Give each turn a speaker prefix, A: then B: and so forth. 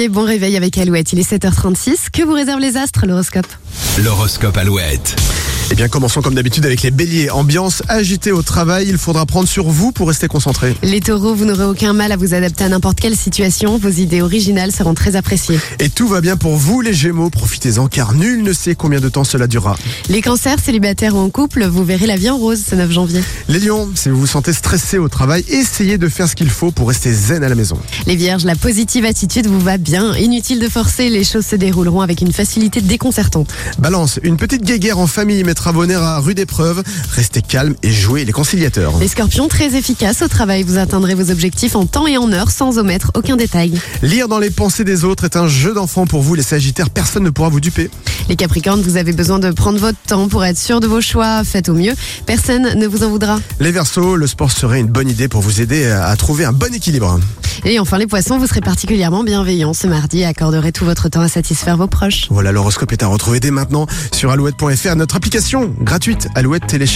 A: Et bon réveil avec Alouette, il est 7h36. Que vous réserve les astres, l'horoscope
B: L'horoscope Alouette.
C: Eh bien, commençons comme d'habitude avec les béliers. Ambiance agitée au travail, il faudra prendre sur vous pour rester concentré.
A: Les taureaux, vous n'aurez aucun mal à vous adapter à n'importe quelle situation. Vos idées originales seront très appréciées.
C: Et tout va bien pour vous, les gémeaux, profitez-en car nul ne sait combien de temps cela durera.
A: Les cancers, célibataires ou en couple, vous verrez la vie en rose ce 9 janvier.
C: Les lions, si vous vous sentez stressé au travail, essayez de faire ce qu'il faut pour rester zen à la maison.
A: Les vierges, la positive attitude vous va bien. Inutile de forcer, les choses se dérouleront avec une facilité déconcertante.
C: Balance, une petite guéguerre en famille mettra vos nerfs à rude épreuve, restez calme et jouez les conciliateurs.
A: Les scorpions, très efficaces au travail, vous atteindrez vos objectifs en temps et en heure sans omettre aucun détail.
C: Lire dans les pensées des autres est un jeu d'enfant pour vous, les sagittaires, personne ne pourra vous duper.
A: Les capricornes, vous avez besoin de prendre votre temps pour être sûr de vos choix. Faites au mieux. Personne ne vous en voudra.
C: Les versos, le sport serait une bonne idée pour vous aider à à trouver un bon équilibre.
A: Et enfin, les poissons, vous serez particulièrement bienveillants ce mardi et accorderez tout votre temps à satisfaire vos proches.
C: Voilà, l'horoscope est à retrouver dès maintenant sur alouette.fr, notre application gratuite Alouette Télécharge.